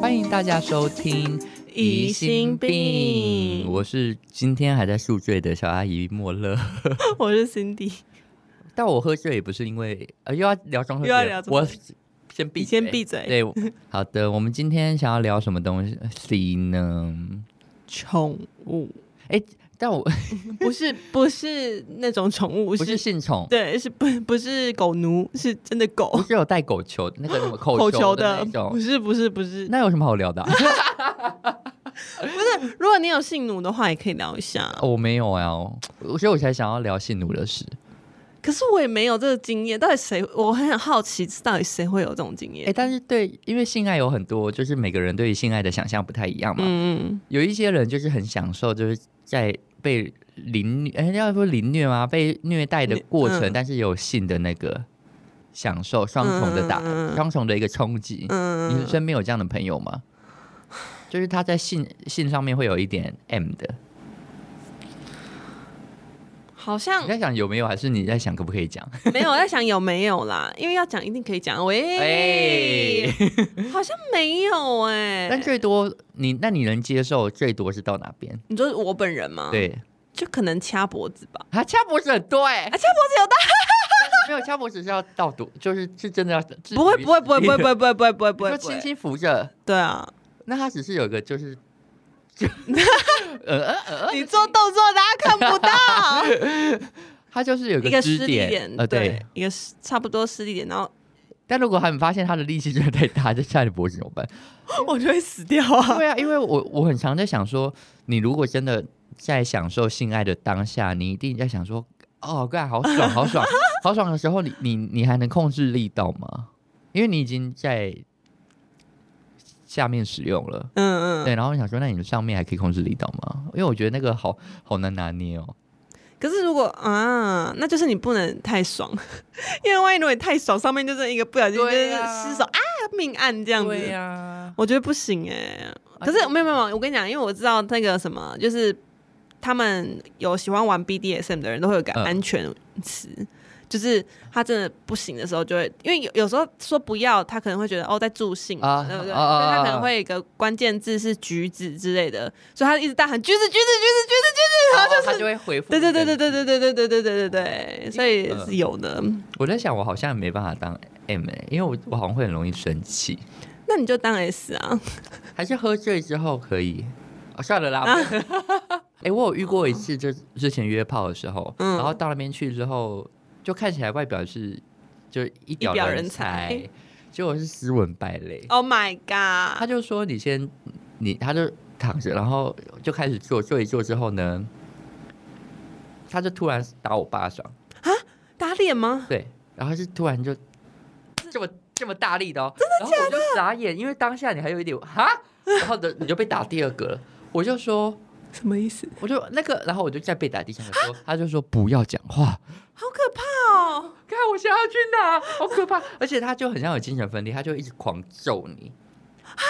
欢迎大家收听《疑心病我是今天还在宿醉的小阿姨莫乐。 我是 Cindy，但我喝醉也不是因为呃又要聊中喝又要醉了聊中我喝先闭你先嘴闭嘴对，我好的，我们今天想要聊什么东西呢？宠物但我不是不是那种宠物，不是是性宠，对，是不不是狗奴，是真的不狗，是有带狗球那个什么口口球的那不种，是不是不是。那有什么好聊的 啊、如果你有性奴的话，也可以聊一下。哦我没有呀、所以我才想要聊性奴的事。可是我也没有这个经验，到底谁？我很好奇，到底谁会有这种经哎、验？但是对，因为性爱有很多，就是每个人对于性爱的想象不太一样嘛。嗯，有一些人就是很享受，就是在被凌虐，哎、要说凌虐吗？被虐待的过程，嗯但是有性的那个享受，双重的打，嗯嗯嗯双重的一个冲击。嗯你身边有这样的朋友吗？就是他在性性上面会有一点 M 的，好像你在想有没有，还是你在想可不可以讲？没有我在想有没有啦，因为要讲一定可以讲。 喂，哎，好像没有哎、但最多你那你能接受最多是到哪边？你说是我本人吗？，对，就可能掐脖子吧。啊，掐脖子很多哎、啊，掐脖子有大 没有掐脖子是要倒毒，就是是真的要置不会于不会不会死地不会不会不会不会不会不就会，轻轻扶着，对啊，那他只是有一个就是，呃呃呃，你做动作大家看不到，他就是有一个个支失力点点，，呃对对。，一个失差不多失力点，然后 但如果他们发现他的力气真的太大，就掐你脖子怎么 办？我就会死掉啊。对啊，因为我我很常在想说，你如果真的在享受性爱的当下，你一定在想说，哦，干好爽，好 爽，好爽的时候，你你你还能控制力道吗？因为你已经在下面使用了。嗯嗯，对，然后我想说，那你上面还可以控制力道吗？因为我觉得那个好好难拿捏哦。可是如果啊，那就是你不能太爽， 因为万一如果你太爽，上面就是一个不小心就是对啊失手啊，命案这样子，呀、我觉得不行哎、啊可是没有没有，没有我跟你讲，因为我知道那个什么，就是他们有喜欢玩 BDSM 的人都会有个嗯安全词，就是他真的不行的时候，就会因为有有时候说不要，他可能会觉得哦在助兴啊啊，对不对？啊啊啊所以他可啊能会有一个关键字是橘子之类的，所以他一直大喊橘子橘子橘子橘子橘子，然后啊就是。他就会回复。对对对对对对。对对对对对对对，所以嗯是有的。我在想，我好像没办法当 M，、欸、因为我我好像会很容易生气，那你就当 S 啊，还是喝醉之后可以。哦、算了啦。哎、 欸，我有遇过一次，就是之前约炮的时候，啊嗯然后到那边去之后，就看起来外表是就是一表表人人才才，结果是斯文败类。 Oh my 他 god！就说你先，你他就躺着，然后就开始做，做一做之后呢，他就突然打我巴掌，打脸吗？对，然后是突然就这么这么大力的哦，真的假的？然后我就傻眼，因为当下你还有一点哈，然后的你就被打第二个了，我就说。什么意思？我就那个，然后我就再被打第三个，说他就说不要讲话，好可怕哦！看我想要去哪，好可怕！ 而且他就很像有精神分裂，他就一直狂揍你啊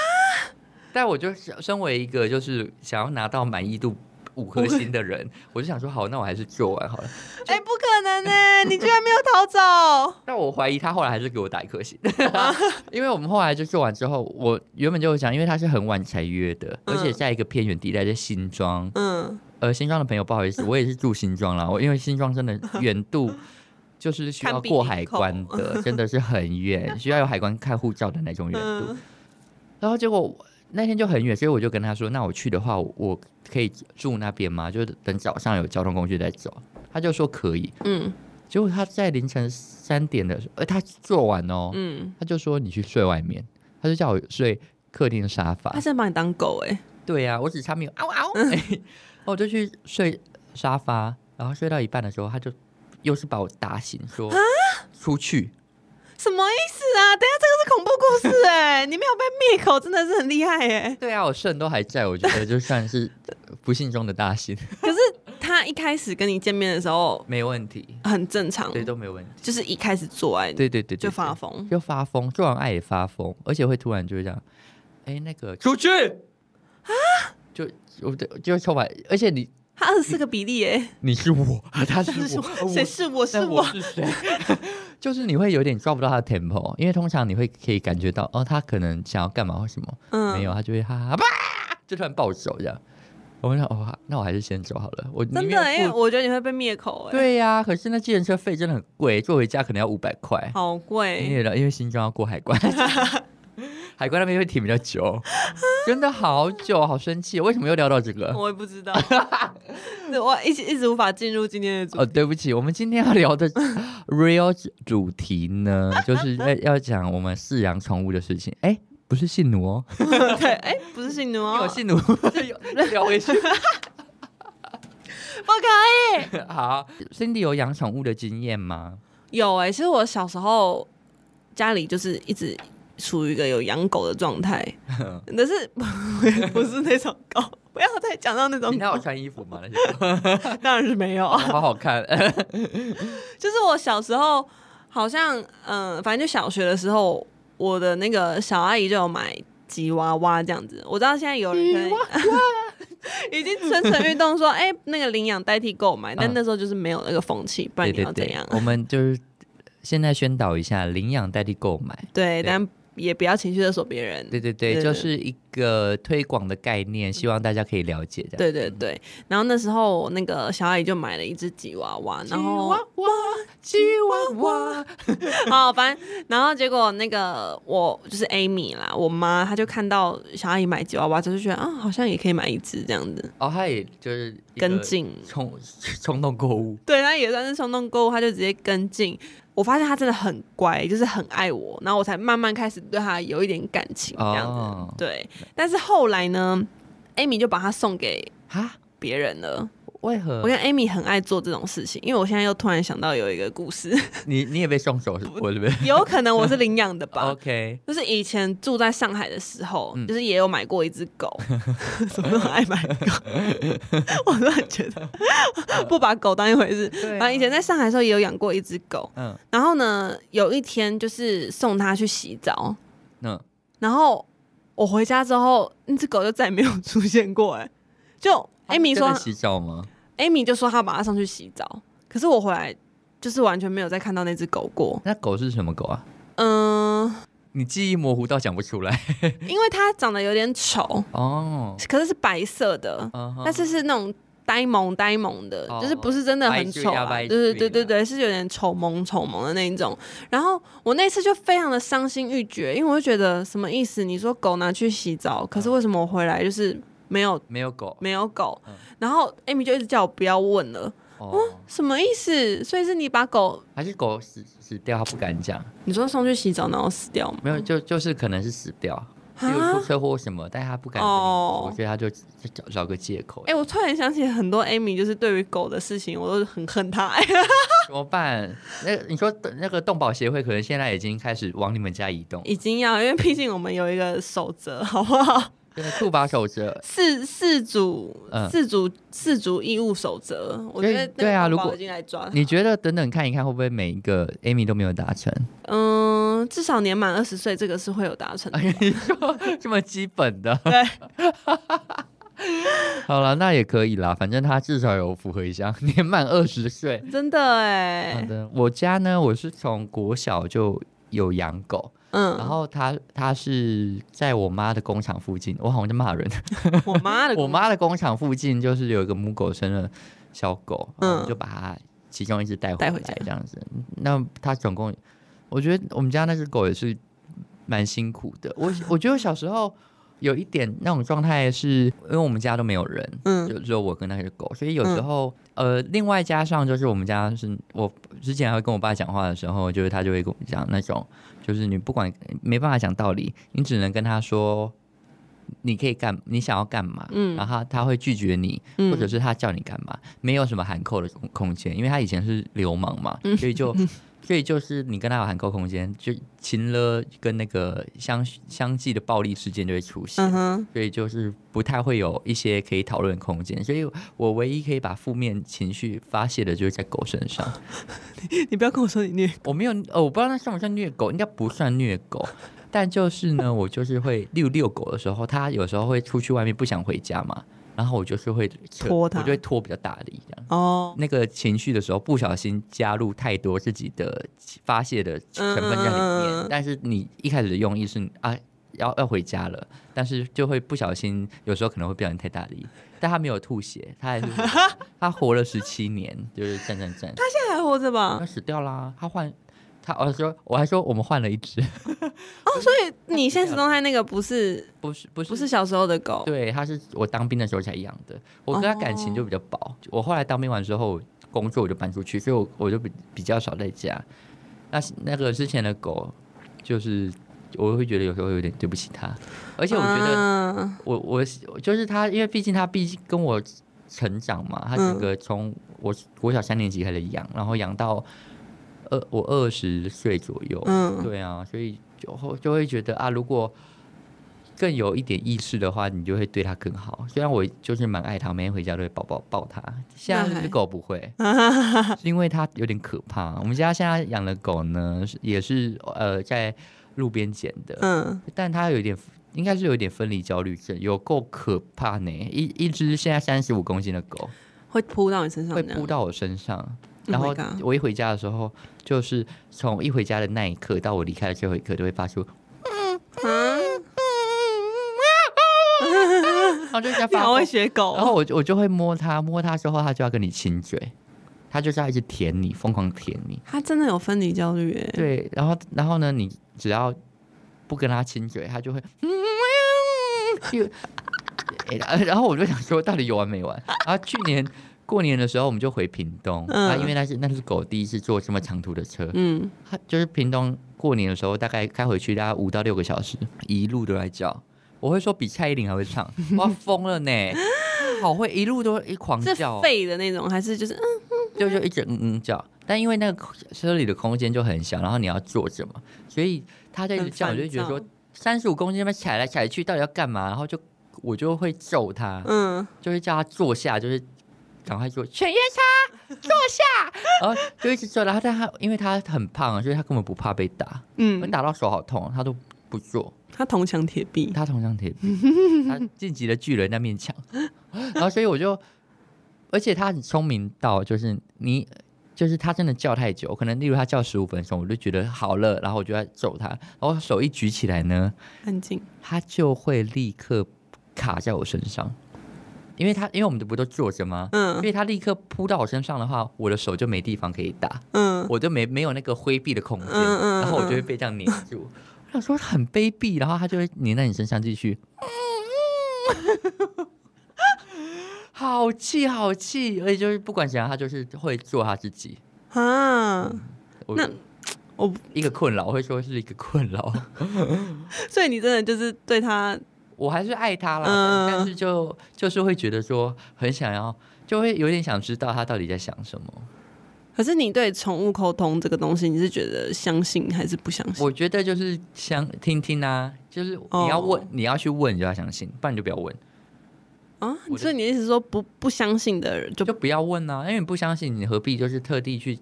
但我就是身为一个就是想要拿到满意度五颗星的人，我就想说好，那我还是做完好 了。 哎、不可能呢、你居然没有逃走！但我怀疑他后来还是给我打一颗星， 因为我们后来就做完之后，我原本就想，因为他是很晚才约的，而嗯且在一个偏远地带，在新庄，嗯，呃，新庄的朋友，不好意思，我也是住新庄啦。我因为新庄真的 远度就是需要看比过例海口关的，真的是很远，需要有海关看护照的那种远度。嗯然后结果我那天就很远，所以我就跟他说：“那我去的话，我我可以住那边吗？就是等早上有交通工具再走。”他就说可以。嗯结果他在凌晨三点的时候，呃，他做完哦，嗯，他就说：“你去睡外面。”他就叫我睡客厅沙发他。真的把你当狗哎、对啊呀、我只差没 有嗷嗷，然后我就去睡沙发，然后睡到一半的时候，他就又是把我打醒，说出去。什么意思啊？等一下这个是恐怖故事哎、 你没有被灭口，真的是很厉害哎、对啊，我肾都还在，我觉得就算 是不幸中的大幸，可是他一开始跟你见面的时候没问题，很正常，对，都没有问题。就是一开始做爱对对对对就发对疯，就发疯，做完爱也发疯，而且会突然就是这样，哎，那个出去啊，就我的就充满，而且你他二十四个比例哎、 你是我，他是是我，我谁是我是那我我，是谁？ 就是你会有点抓不到他的 tempo，因为通常你会可以感觉到哦，他可能想要干嘛或什么，嗯，没有，他就会哈哈吧，就突然暴走这样。我想哦，那我还是先走好了，我真宁的，愿因为付我觉得你会被灭口哎、对呀、可是那计程车费真的很贵，坐回家可能要五百块。好因贵，为因为新庄要过海关， 海关那边会停比较久，真的好久，好生气，为什么又聊到这个？我也不知 道，对我一直一直无法进入今天的主哦，对不起，我们今天要聊的 real 主题呢，就是 要要讲我们饲养宠物的事情。哎，不是性奴哦， 题，哎、不是性奴因为我哦，性 奴又聊回去。不可好，Cindy 有养宠物的经验吗？以有哎、其实我小时候家里就是一直处于一个有养狗的 状态，但是 不是那种狗，不要再讲到那种你看狗我，穿衣服 吗？那些当然是没 有，好好看，就是我小时候好像，嗯、反正就小学的时候，我的那个小阿姨就有买吉娃娃这样子。我知道现在有人可能 已经蠢蠢欲动，说，哎、那个领养代替购买，但嗯那时候就是没有那个风气， 不然对对你要怎对样？，我们就是现在宣导一下，领养代替购买。对，但也不要情绪勒索别人。对对对，对就对是一个推广的概念，希望大家可以了解的。对对对，然后那时候那个小阿姨就买了一只吉娃娃，然后娃，吉娃娃，好，哦反正然后结果那个我就是 Amy 啦，我妈她就看到小阿姨买吉娃娃，她就觉得啊，好像也可以买一只这样子，哦，他也就是一个跟进。冲 冲动购物，对，她也算是冲动购物，她就直接跟进。我发现她真的很乖，就是很爱我，然后我才慢慢开始对她有一点感情这样子。哦对，但是后来呢，Amy 就把它送给哈？别人了。为何我？跟 Amy 很爱做这种事情，因为我现在又突然想到有一个故事，你你也被送走是我对不对 有可能我是领养的吧。 ？OK，就是以前住在上海的时候，哦嗯就是也有买过一只狗， 什么都爱买狗， 我突然觉得不把狗当一回事。对啊反正以前在上海的时候也有养过一只狗，嗯然后呢，有一天就是送它去洗澡，嗯，然后我回家之后，那只狗就再也没有出现过、哎，就艾米他说是真的，洗澡吗？艾米就说她把它送去洗澡，可是我回来就是完全没有再看到那只狗过。那狗是什么狗啊？嗯、你记忆模糊到讲不出来因为它长得有点丑， 哦。可是是白色的，嗯哼但是是那种呆萌呆萌的，哦就是不是真的很丑、白啊，追啊对对对白追对啊对，是有点丑萌丑萌的那一种。然后我那次就非常的伤心欲绝，因为我就觉得什么意思？你说狗拿去洗澡，可嗯是为什么我回来就是没有没有狗没有狗嗯？然后 Amy 就一直叫我不要问了，哦，什么意思？所以是你把狗，还是狗死死掉？他不敢讲，你说送去洗澡然后死掉吗？没有就就是可能是死掉。比如啊出车祸什么，但他不敢跟你哦说，所以他就就找找个借口。哎、我突然想起很多 Amy 就是对于狗的事情，我都很恨它。怎么办？那你说那个动保协会可能现在已经开始往你们家移动，已经要，因为毕竟我们有一个守则，好不好？就是兔把守则。四四组嗯四组四组义务守则，我觉得那个对啊环如保果已经来抓 他你觉得等等看一看，会不会每一个 Amy 都没有达成？嗯，至少年满二十岁，这个是会有达成的。哎， 你说这么基本 的，对，好了，那也可以啦，反正他至少有符合一项，年满二十岁。真的好哎，的，我家呢，我是从国小就有养狗，嗯，然后它它是在我妈的工厂附近，我好像在骂人，嗯我妈的，我，妈的工厂附近就是有一个母狗生了小狗，嗯嗯，就把它其中一只带回带来回家这样子。那它总共，我觉得我们家那只狗也是蛮辛苦的。我我觉得我小时候有一点那种状态是，因为我们家都没有人，嗯就只有我跟那只狗，所以有时候、呃，另外加上就是我们家是我之前还会跟我爸讲话的时候，就是他就会跟我们讲那种，就是你不管没办法讲道理，你只能跟他说你可以干，你想要干嘛，嗯然后他他会拒绝你，嗯或者是他叫你干嘛，没有什么含扣的空空间，因为他以前是流氓嘛，嗯所以 就。所以就是你跟他有含扣空间，就情了跟那个相相继的暴力事件就会出现。嗯哼，所以就是不太会有一些可以讨论的空间，所以我唯一可以把负面情绪发泄的就是在狗身上。你不要跟我说你虐，我没有，呃，我不知道那算不算虐狗，应该不算虐狗，但就是呢，我就是会遛遛狗的时候，它有时候会出去外面不想回家嘛，然后我就是会拖它我就会拖比较大力这样。 哦，那个情绪的时候，不小心加入太多自己的发泄的成分在里面，嗯嗯嗯嗯但是你一开始的用意是啊，要要回家了，但是就会不小心，有时候可能会不小心太大力，但他没有吐血，他还是啊他活了十七年，就是赞赞赞，他现在还活着吧他？死掉啦，他换他，我还说我还说我们换了一只，哦，所以你现实动态那个不是不是不是不是小时候的狗，对，他是我当兵的时候才养的，我跟他感情哦就比较薄。我后来当兵完之后，工作我就搬出去，所以我我就比比较少在家。那是那个之前的狗，就是我会觉得有时候有点对不起它，而而且我觉嗯得得我我就是它，因为毕竟它毕竟跟我成长嘛，它整嗯个从我国小三年级开始养，然后养到二我二十岁左右，嗯，对啊，所以就会就会觉得啊，如果更有一点意识的话，你就会对它更好。虽然我就是蛮爱它，每天回家都会抱抱抱它。现在那那只还狗不 会，是因为它有点可怕。我们家现在养的狗呢，是也是呃在路边捡的，嗯，但它有一点。应该是有一点分离焦虑症，有够可怕呢！一一只现在三十五公斤的狗，会扑到你身上会这扑样，到我身上。嗯 Oh 然后 my god 我一回家的时候，就是从一回家的那一刻到我离开的最后一刻，都会发出，嗯，然后就在你发好会疯。学然后狗，我就我就会摸它，摸它之后，它就要跟你亲嘴，它就是要一直舔你，疯狂舔你。它真的有分离焦虑哎，对，然后然后呢，你只要不跟它亲嘴，它就会，就，哎然后我就想说，到底有完没完？然后去年过年的时候，我们就回屏东，啊，嗯因为那是那是狗第一次坐这么长途的车，嗯，他 就是屏东过年的时候，大概开回去大概五到六个小时，一路都在叫。我会说比蔡依林还会唱，我要疯了呢！好会一路都一狂是叫，哦废的那种还是就是嗯就就一直嗯嗯叫。但因为那个车里的空间就很小，然后你要坐着嘛，所以他在一直很叫，我烦就觉得说躁三十五公斤那边踩来踩去到底要干嘛？然后就我就会揍他，嗯，就会叫他坐下，就是赶快坐，犬夜叉坐下，然 后就一直坐。然后但他因为他很胖，啊所以他根本不怕被打。我嗯，打到手好痛，他都不做，它铜墙铁壁，他铜墙铁 壁，他晋级了巨人那面墙， 然后所以我就，而且他很聪明到，就是你，就是他真的叫太久，可能例如他叫十五分钟，我就觉得好了，然后我就在揍他，然后手一举起来呢，安静，他就会立刻卡在我身上，因为他因为我们不都坐着吗？所嗯以他立刻扑到我身上的话，我的手就没地方可以打， 嗯，我就没没有那个挥臂的空间，嗯嗯然后我就会被这样黏 住。我想说很卑鄙，然后他就会黏在你身上继续， 好气好气，而且就是不管怎样，他就是会做他自己。啊，我那我一个困扰，我会说是一个困扰。 所以你真的就是对它我还是爱他啦，嗯但但是就就是会觉得说很想要，就会有点想知道他到底在想什么。可是你对宠物沟通这个东西，你是觉得相信还是不相信？我觉得就是想听听啊，就是你要问，哦你要去问，你就要相信，不然你就不要问。啊我，的所以你的意思是说不不相信的人就就不要问啊，因为你不相信，你何必就是特地去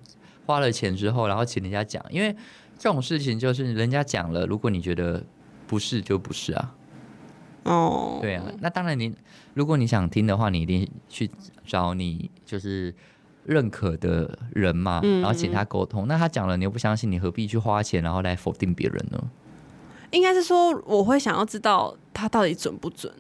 花了钱之后，然后请人家讲？因为这种事情就是人家讲了，如果你觉得不是就不是啊，哦，对啊。那当然你，如果你想听的话，你一定去找你就是认可的人嘛，嗯然后请他沟通。那他讲了，你又不相信，你何必去花钱然后来否定别人呢？应该是说我会想要知道它到底准不准。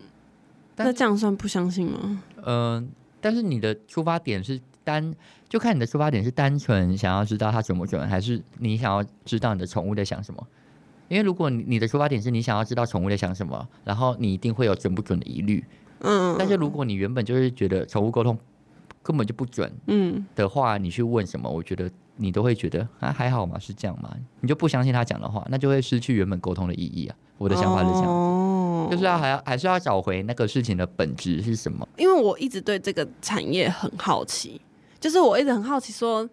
但那这样算不相信吗？嗯、但是你的出发点是单，就看你的出发点是单纯想要知道它准不准，还是你想要知道你的宠物在想什么？因为如果你你的出发点是你想要知道宠物在想什么，然后你一定会有准不准的疑虑。嗯，但是如果你原本就是觉得宠物沟通根本就不准嗯，的话，你去问什么，我觉得你都会觉得啊还好嘛，是这样嘛，你就不相信他讲的话，那就会失去原本沟通的意义啊。我我的想法是这样，哦，就是要还要还是要找回那个事情的本质是什么。因为我一直对这个产业很好奇，就是我一直很好奇说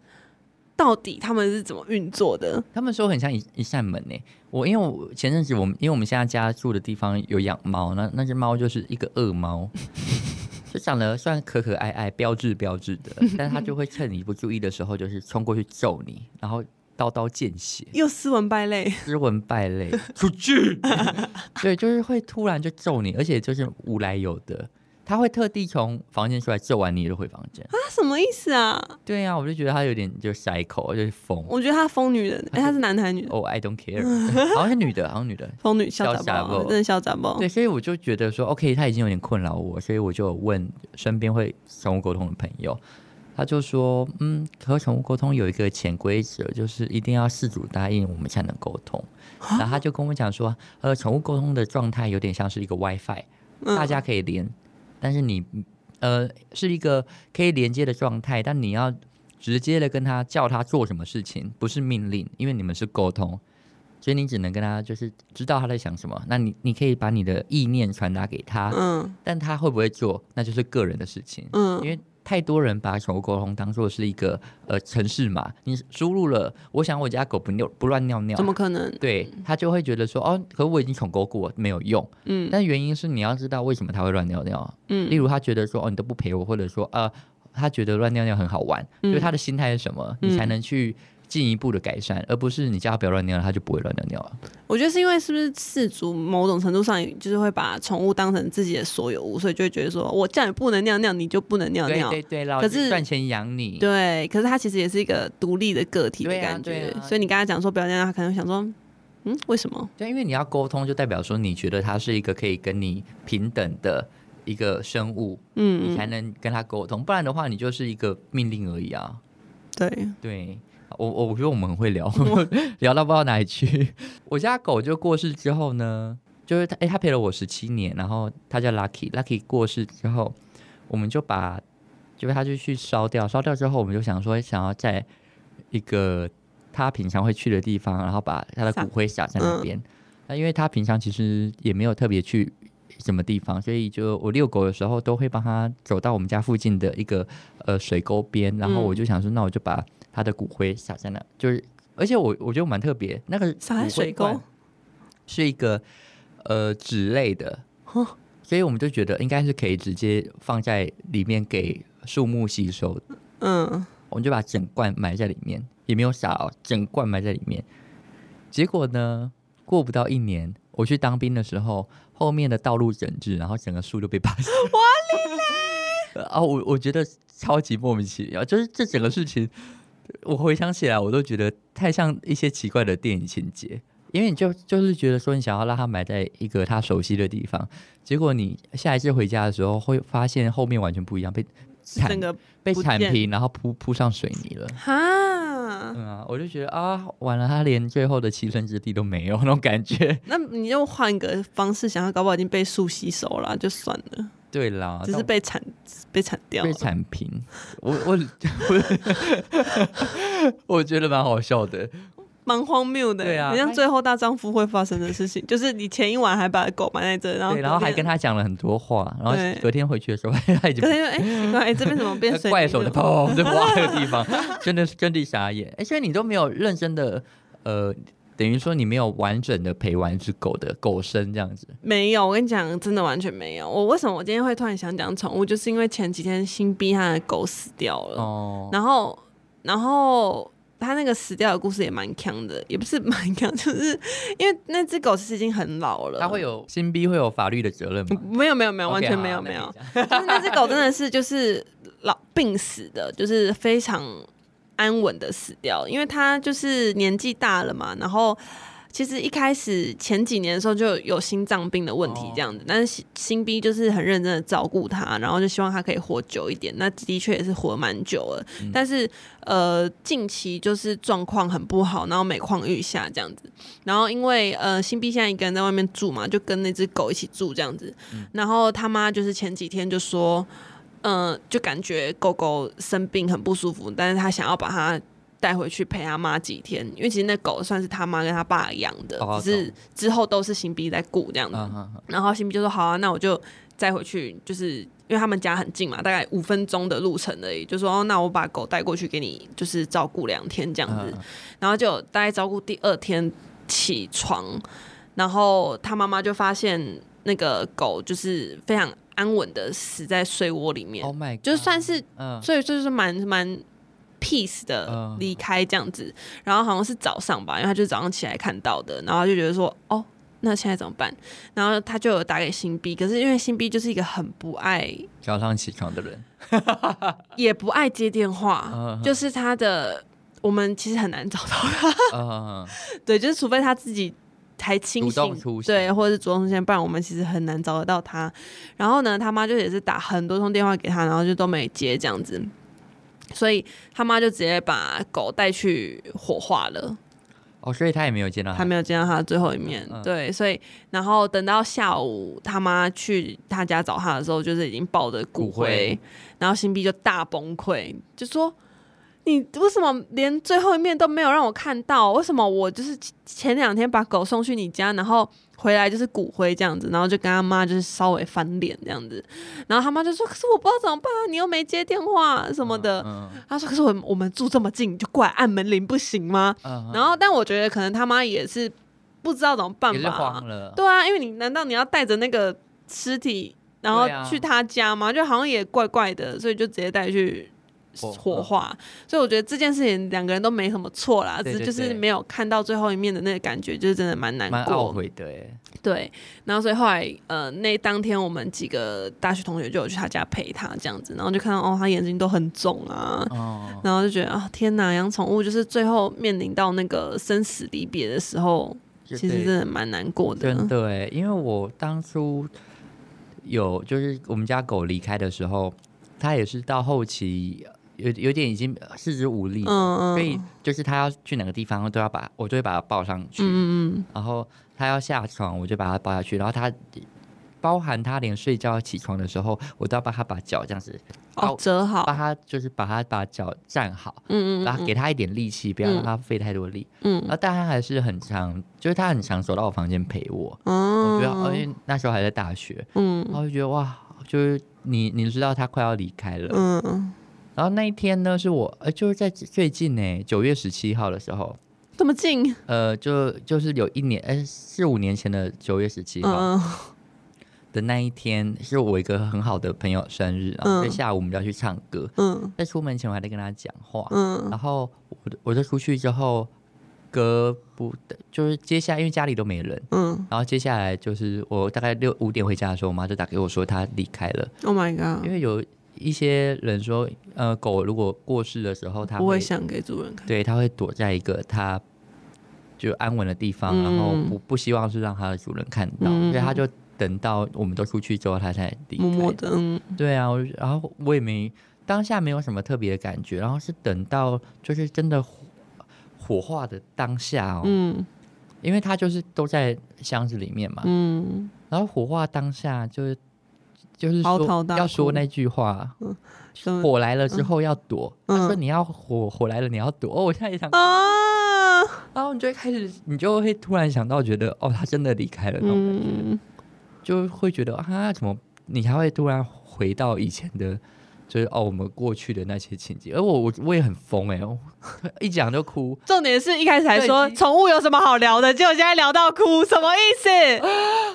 到底他们是怎么运作的。他们说很像一一扇门呢、我因为我前阵子我们因为我们现在家住的地方有养猫，那那只猫就是一个恶猫， 就长得算可可爱爱、标志标志的，但它就会趁你不注意的时候，就是冲过去揍你，然后刀刀见血，又斯文败类，啊斯文败类，出去。对，就是会突然就揍你，而且就是无来由的。他会特地从房间出来救完你就回房间。他什么意思啊？对呀、我就觉得他有点就塞口，就是疯。我觉得他疯女人， 哎、他是男的还是女的？哦、i don't care，好像是女的，好像女的。疯女小小杂杂包，包真的小杂包。对，所以我就觉得说，OK，他已经有点困扰我，所以我就有问身边会宠物沟通的朋友，他就说，嗯，和宠物沟通有一个潜规则，就是一定要事主答应我们才能沟通。然后他就跟我讲说，呃，宠物沟通的状态有点像是一个 WiFi，嗯大家可以连，但是你呃是一个可以连接的状态，但你要直接的跟他叫他做什么事情，不是命令，因为你们是沟通，所以你只能跟他就是知道他在想什么。那你你可以把你的意念传达给他，嗯但他会不会做，那就是个人的事情。因嗯为太多人把宠物沟通当做是一个呃城市嘛，你输入了，我想我家狗不尿不乱尿尿，怎么嗯可能？对他就会觉得说哦，可我已经宠狗过没有用。嗯但原因是你要知道为什么他会乱尿尿啊，例嗯如他觉得说哦你都不陪我，或者说呃他觉得乱尿尿很好玩，嗯就是他的心态是什么，你才能去进一步的改善，而不是你叫他不要乱尿，他就不会乱尿尿了。我觉得是因为是不是饲主某种程度上就是会把宠物当成自己的所有物，所以就会觉得说我叫你不能尿尿，你就不能尿对尿。对对啦，可老子是赚钱养你，对可是它其实也是一个独立的个体的对啊感觉，对啊所以你跟他讲说不要尿尿，他可能会想说，嗯，为什么？对，因为你要沟通，就代表说你觉得他是一个可以跟你平等的一个生物，你嗯才嗯，能跟他沟通，不然的话你就是一个命令而已啊。对，对我，我我觉得我们很会 聊，聊到不知道哪里去。我家狗就过世之后呢，就是它，哎、它陪了我十七年，然后它叫 Lucky，Lucky 过世之后，我们就把，就是它就去烧掉，烧掉之后，我们就想说想要在一个它平常会去的地方，然后把它的撒骨灰撒在那嗯边。那、因为它平常其实也没有特别去什么地方，所以就我遛狗的时候都会帮它走到我们家附近的一个呃水沟边，然后嗯我就想说，那我就把它的骨灰撒在那，就是而且我我觉得我蛮特别，那个撒在骨灰水沟罐是一个呃纸类的哦，所以我们就觉得应该是可以直接放在里面给树木吸收的嗯，我们就把整罐埋在里面，也没有撒哦，整罐埋在里面。结果呢，过不到一年，我去当兵的时候，后面的道路整治，然后整个树就被拔下。我 嘞！啊，我我觉得超级莫名其妙，就是这整个事情，我回想起来，我都觉得太像一些奇怪的电影情节。因为你就就是觉得说你想要让它埋在一个它熟悉的地方，结果你下一次回家的时候会发现后面完全不一样，被铲整个被不铲见平，然后铺铺上水泥了。哈，嗯啊，我就觉得啊，完了，他连最后的栖身之地都没有那种感觉。 那你就换个方式想，要搞不好已经被树吸收了啊，就算了，对啦，只是但被铲被铲掉了啊被。铲平。我我我 觉得蛮好笑的。蛮荒谬的，对啊很像他最后大丈夫会发生的事情，就是你前一晚还把狗埋在这，然后对，然后还跟他，他讲了很多话，然后对隔天回去的时候， 他已经可是因为哎 奇怪，哎这边怎么变那水泥怪手的了砰 就挖那个地方，真的是真的傻眼。哎、所以你都没有认真的，呃，等于说你没有完整的陪完一只狗的狗生这样子。没有，我跟你讲，真的完全没有。我为什么我今天会突然想讲宠物，就是因为前几天新逼他的狗死掉了，哦，然后，然后他那个死掉的故事也蛮强的，也不是蛮强，就是因为那只狗其实已经很老了，他会有新逼会有法律的责任吗？没有没有没有完全没有没有，就是那只狗真的是就是老病死的，就是非常安稳的死掉，因为它就是年纪大了嘛，然后。其实一开始前几年的时候就有心脏病的问题这样子，但是新新逼就是很认真的照顾它，然后就希望它可以活久一点。那的确也是活蛮久了，但是呃近期就是状况很不好，然后每况愈下这样子。然后因为呃新碧现在一个人在外面住嘛，就跟那只狗一起住这样子。然后他妈就是前几天就说，嗯、就感觉狗狗生病很不舒服，但是他想要把它带回去陪他妈几天，因为其实那狗算是他妈跟他爸养的，哦只是之后都是新碧在顾这样子。嗯哼哼然后新碧就说好啊，那我就再回去，就是因为他们家很近嘛，大概五分钟的路程而已，就说、哦、那我把狗带过去给你，就是照顾两天这样子。嗯嗯然后就大概照顾第二天起床，然后他妈妈就发现那个狗就是非常安稳的死在睡窝里面， Oh my，就算是嗯所以就是蛮蛮 peace 的嗯离开这样子。然后好像是早上吧，因为他就早上起来看到的，然后就觉得说哦。那现在怎么办？然后他就有打给新 B，可是因为新 B 就是一个很不爱，早上起床的 人，也不爱接电话，嗯就是他的我们其实很难找到他。嗯，对，就是除非他自己还清主动醒，出现对，或者是主动出现，不然我们其实很难找得到他。然后呢，他妈就也是打很多通电话给他，然后就都没接这样子，所以他妈就直接把狗带去火化了，哦，所以他也没有见到他他，没有见到他的最后一面。嗯嗯对，所以然后等到下午他妈去他家找他的时候，就是已经抱着骨骨灰灰，然后新碧就大崩溃，就说。你为什么连最后一面都没有让我看到？为什么我就是前前两天把狗送去你家，然后回来就是骨灰这样子，然后就跟他妈就是稍微翻脸这样子，然后他妈就说：“可是我不知道怎么办啊，你又没接电话什什么的。嗯嗯他说：“可是我们我们住这么近，你就过来按门铃不行吗？”嗯然后，但我觉得可能他妈也是不知道怎么办也是吧慌。了，对啊，因为你难道你要带着那个尸体，然后对啊去他家吗？就好像也怪怪的，所以就直接带去火火化。所以我觉得这件事情两个人都没什么错啦，对只是对就是对没有看到最后一面的那个感觉，就是真的蛮难蛮懊过。悔的 哎，对，然后所以后来呃，那当天我们几个大学同学就有去他家陪他这样子，然后就看到哦，他眼睛都很肿啊，哦，然后就觉得啊、天哪，养宠物就是最后面临到那个生死离别的时候，就其实对真的蛮难过的。真的哎，因为我当初有就是我们家狗离开的时候，它也是到后期有有点已经四肢无力了，嗯所嗯以就是它要去哪个地方都要把我就会把它抱上去，嗯嗯然后它要下床我就把它抱下去，然后它包含它连睡觉起床的时候，我都要帮它把脚这样子，嗯，哦，折好，帮它就是把它把脚站好。嗯嗯然后嗯给它一点力气，不要让它费太多力。然嗯后但它还是很常，就是它很常走到我房间陪我。我觉得，哦嗯，因为那时候还在大学，然嗯后就觉得哇，就是你你知道他快要离开了。嗯，然后那一天呢，是我呃就是在最近呢，九月十七号的时候，这么近，呃，就就是有一年哎四五年前的九月十七号嗯的那一天，是我一个很好的朋友生日，然后在嗯下午我们要去唱歌，嗯在出门前我还在跟他讲话，嗯然后我我就出去之后，隔不就是接下来因为家里都没人。嗯然后接下来就是我大概六五点回家的时候，我妈就打给我说她离开了， ，Oh my god，因为有一些人说，呃，狗如果过世的时候，它不会想给主人看，对，它会躲在一个它就安稳的地方，嗯然后不不希望是让它的主人看到，嗯所以它就等到我们都出去之后，它才离开。默默的，嗯对啊，我就然后我也没当下没有什么特别的感觉，然后是等到就是真的火火化的当下哦，嗯因为它就是都在箱子里面嘛，嗯，然后火化当下就是就是嚎说啕大要说哭那句话，什么火来了之后要躲，嗯他说你要火火来了你要躲。哦，我现在也想，啊，然后你就会开始，你就会突然想到，觉得哦，他真的离开了，那种嗯就会觉得啊，怎么你还会突然回到以前的，就是哦，我们过去的那些情节。而我我我也很疯哎、我 一讲就哭。重点是一开始还说对宠物有什么好聊的，结果现在聊到哭，什么意思？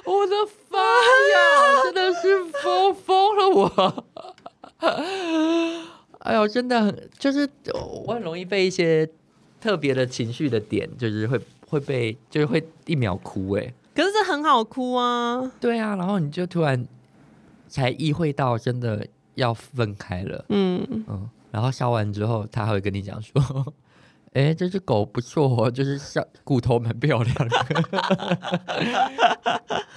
我的妈呀！真的是疯疯了我。 哎呦，真的很，就是哦我很容易被一些特别的情绪的点，就是会会被，就是会一秒哭哎、可是这很好哭啊，对啊，然后你就突然才意会到，真的要分开了。嗯，嗯，然后烧完之后，他还会跟你讲说：“ 哎，这只狗不错哦，就是像骨头蛮漂亮的。”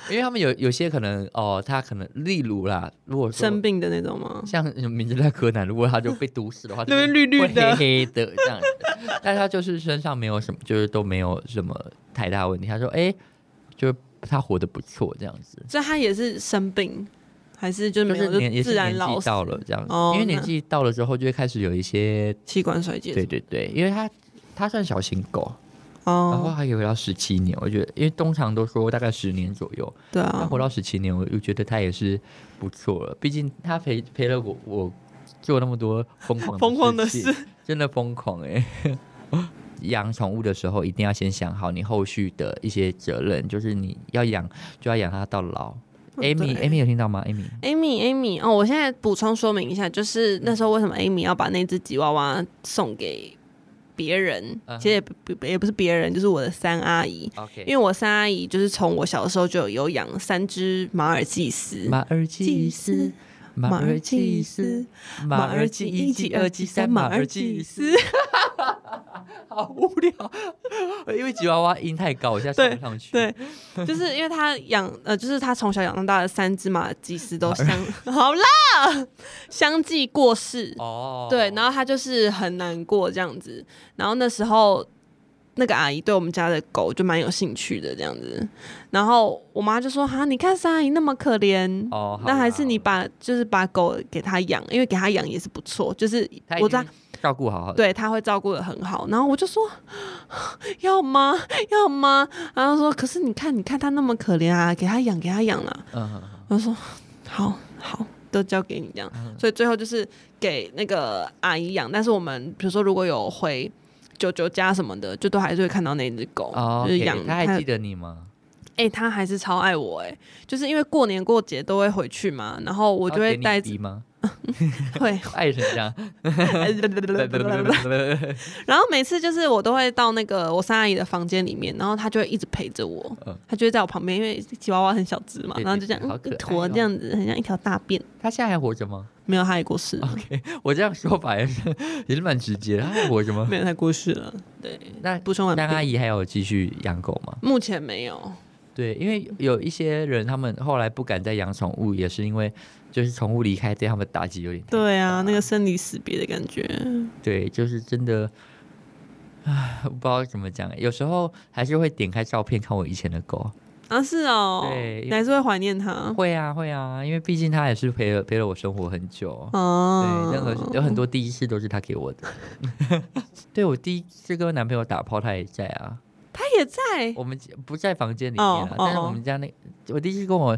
因为他们有有些可能哦，他可能例如啦，如果说生病的那种吗？像名字在柯南，如果他就被毒死 的话，那边绿绿会的黑黑的这样子，但他就是身上没有什么，就是都没有什么太大问题。他说：“哎，就是他活得不错，这样子。”所以他也是生病，还是就就没是有就年也是自然年老纪死，到了这样子，哦因为年那纪到了之后就会开始有一些器官衰竭？对，对对，因为它它算小型狗，然后哦，它可以活到十七年，我觉得，因为通常都说大概十年左右，对它啊活，到十七年，我就觉得它也是不错了。毕竟它陪陪了我，我做那么多疯狂疯狂的情，真的疯狂哎、养宠物的时候，一定要先想好你后续的一些责任，就是你要养就要养它到老。哦对 Amy，Amy 有听到吗？Amy， Amy，Amy，哦，我嗯现在补充说明一下，就是那时候为什么 Amy 要把那只吉娃娃送给别人嗯哼其实也不不也不是别人，就是我的三阿姨，因，OK，为我三阿姨就是从我小的时候就有养三只马尔济斯，马尔济斯，马尔济斯，马尔济一济二济三，马尔济斯，， 好无聊，因为吉娃娃音太高，一下上不上去。对， 就是因为他养呃，就是他从小养到大的三只马尔济斯都相 好啦，相继过世。哦，对，然后他就是很难过这样子。然后那时候那个阿姨对我们家的狗就蛮有兴趣的这样子。然后我妈就说：“哈，你看三阿姨那么可怜。哦，好那啦还是你把就是把狗给它养，因为给它养也是不错，就是他我已知道经照顾好好，对他会照顾的很好。然后我就说 要吗？要吗？然后他说可是你看，你看他那么可怜啊，给他养，给他养啦。嗯，嗯嗯我就说好好，都交给你这样。嗯所以最后就是给那个阿姨养，但是我们比如说如果有回九九家什么的，就都还是会看到那只狗，哦就是养，OK，他还它记得你吗？哎、他还是超爱我哎、就是因为过年过节都会回去嘛，然后我就哦会给你带着笔吗？会， 爱成这样，嗯然后每次就是我都会到那个我三阿姨的房间里面，然后她就会一直陪着我，嗯她就会在我旁边，因为吉娃娃很小只嘛，对对然后就这样、对好嗯可爱一哦坨这样子，很像一条大便。他现在还活着吗？没有，她也过世了，我这样说法也是 也是蛮直接的，他还活着吗没？有，她过世了。对，那补充完当毕阿姨还有继续养狗吗？目前没有，对，因为有一些人他们后来不敢再养宠物，也是因为就是宠物离开对他们打击有点大。对啊，那个生离死别的感觉，对，就是真的，唉，我不知道怎么讲，欸有时候还是会点开照片看我以前的狗。啊是哦，对你还是会怀念她会啊，会啊，因为毕竟它也是陪了陪了我生活很久。哦，对，任何有很多第一次都是他给我的。 对我第一次跟我男朋友打炮，他也在啊。她也在我们不在房间里面哦啊，哦但是我哦们家那我第一次跟我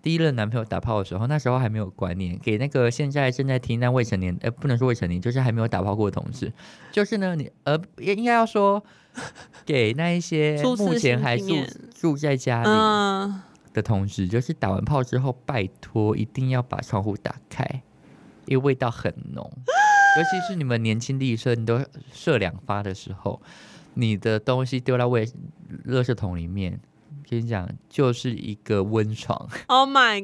第一任男朋友打炮的时候，那时候还没有观念，给那个现在正在听但未成年，呃，不能说未成年，就是还没有打炮过的同事，就是呢，你呃，应应该要说给那一些初次目前还性住经验住在家里嗯。的同事，就是打完炮之后，拜托一定要把窗户打开，因为味道很浓，尤其是你们年轻力盛，你都射两发的时候，你的东西丢到卫垃圾桶里面，跟你讲，就是一个温床， Oh my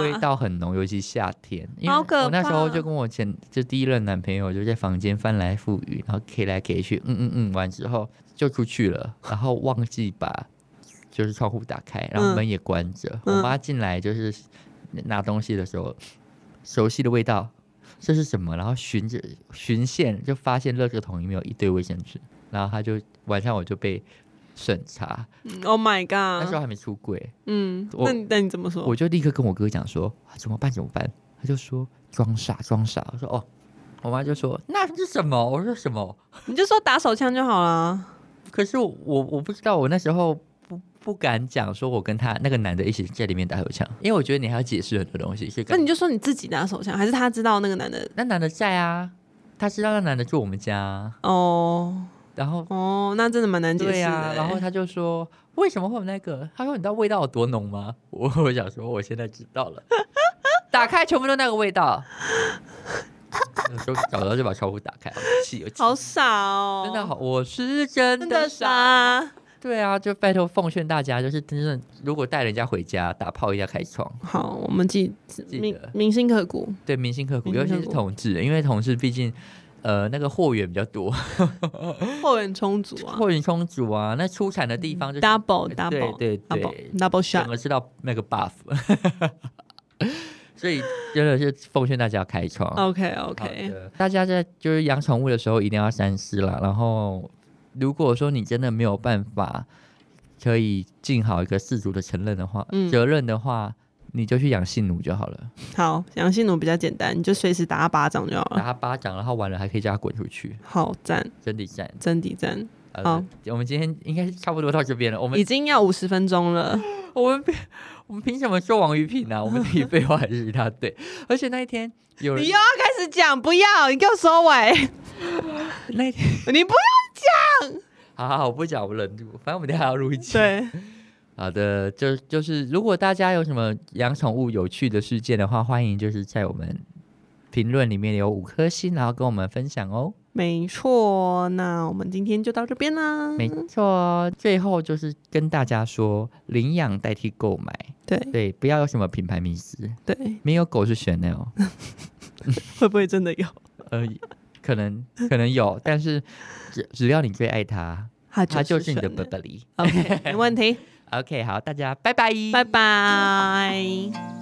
味 god！道很浓，尤其夏天。因为好可我那时候怕就跟我前就第一任男朋友就在房间翻来覆去，然后 K 来 K 去，嗯嗯嗯，完之后就出去了，然后忘记把就是窗户打开，然后嗯门也关着。嗯我妈进来就是拿东西的时候，熟悉的味道。这是什么？然后循着循线就发现垃圾桶里面有一堆卫生纸，然后她就晚上我就被审查，嗯 Oh my 那时候 god！还没出柜，嗯，我那你那你怎么说？我就立刻跟我哥讲说、啊怎么办怎么办？他就说装傻装傻。我说哦，我妈就说那是什么？我说什么？你就说打手枪就好啦。可是我我我不知道，我那时候不不敢讲，说我跟他那个男的一起在里面打手枪，因为我觉得你还要解释很多东西。是那跟你就说你自己打手枪，还是他知道那个男的？那男的在啊，他知道那男的住我们家啊，哦然后哦，那真的蛮难解释的对欸。呀、然后他就说为什么会有那个？他说你知道味道有多浓吗？ 我我想说我现在知道了， 打开全部都那个味道。有时候找到就把窗户打开，好气，有气 好傻哦，真的好，我是真真的的傻。傻，对啊，就拜托奉劝大家，就是真正如果带人家回家打炮一定要开窗，好，我们记记铭得铭心 刻骨。对明星刻骨，明尤星其刻是骨同志，因为同志毕竟呃那个货源比较多，后援充足啊货源充足啊，那出产的地方就是，double 对 double 对对 double，double 整 shot。个是到那个 buff，所以真的是奉劝大家要开窗。 OK 好哦 OK，的大家在就是养宠物的时候一定要三思啦。然后，如果说你真的没有办法可以尽好一个饲主的承认的话，嗯责任的话，你就去养性奴就好了，好，杨信奴比较简单，你就随时打他巴掌就好打了。他巴掌，然后完了还可以叫他滚出去，好赞，真的赞。真的赞，呃好，我们今天应该是差不多到这边了。我已们经要五十分 钟了。我们凭我们凭什么说王玉平呢、啊我们自己废话还是一大堆。而且那一天有人你又要开始讲，不要，你给我收尾， 那一天。你不要。好好好，我不讲，我忍住。反正我们等一下还要录一期。，对，好的，就就是如果大家有什么养宠物有趣的事件的话，欢迎就是在我们评论里面有五颗星，然后跟我们分享哦。没错，那我们今天就到这边啦。没错，最后就是跟大家说，领养代替购买，对对，不要有什么品牌迷思，对，没有狗是 Chanel，会不会真的有？呃，可能可能有，但是只只要你最爱它，它它就是你的神 b u r b e r r y OK，没问题， OK，好，大家拜拜，拜拜。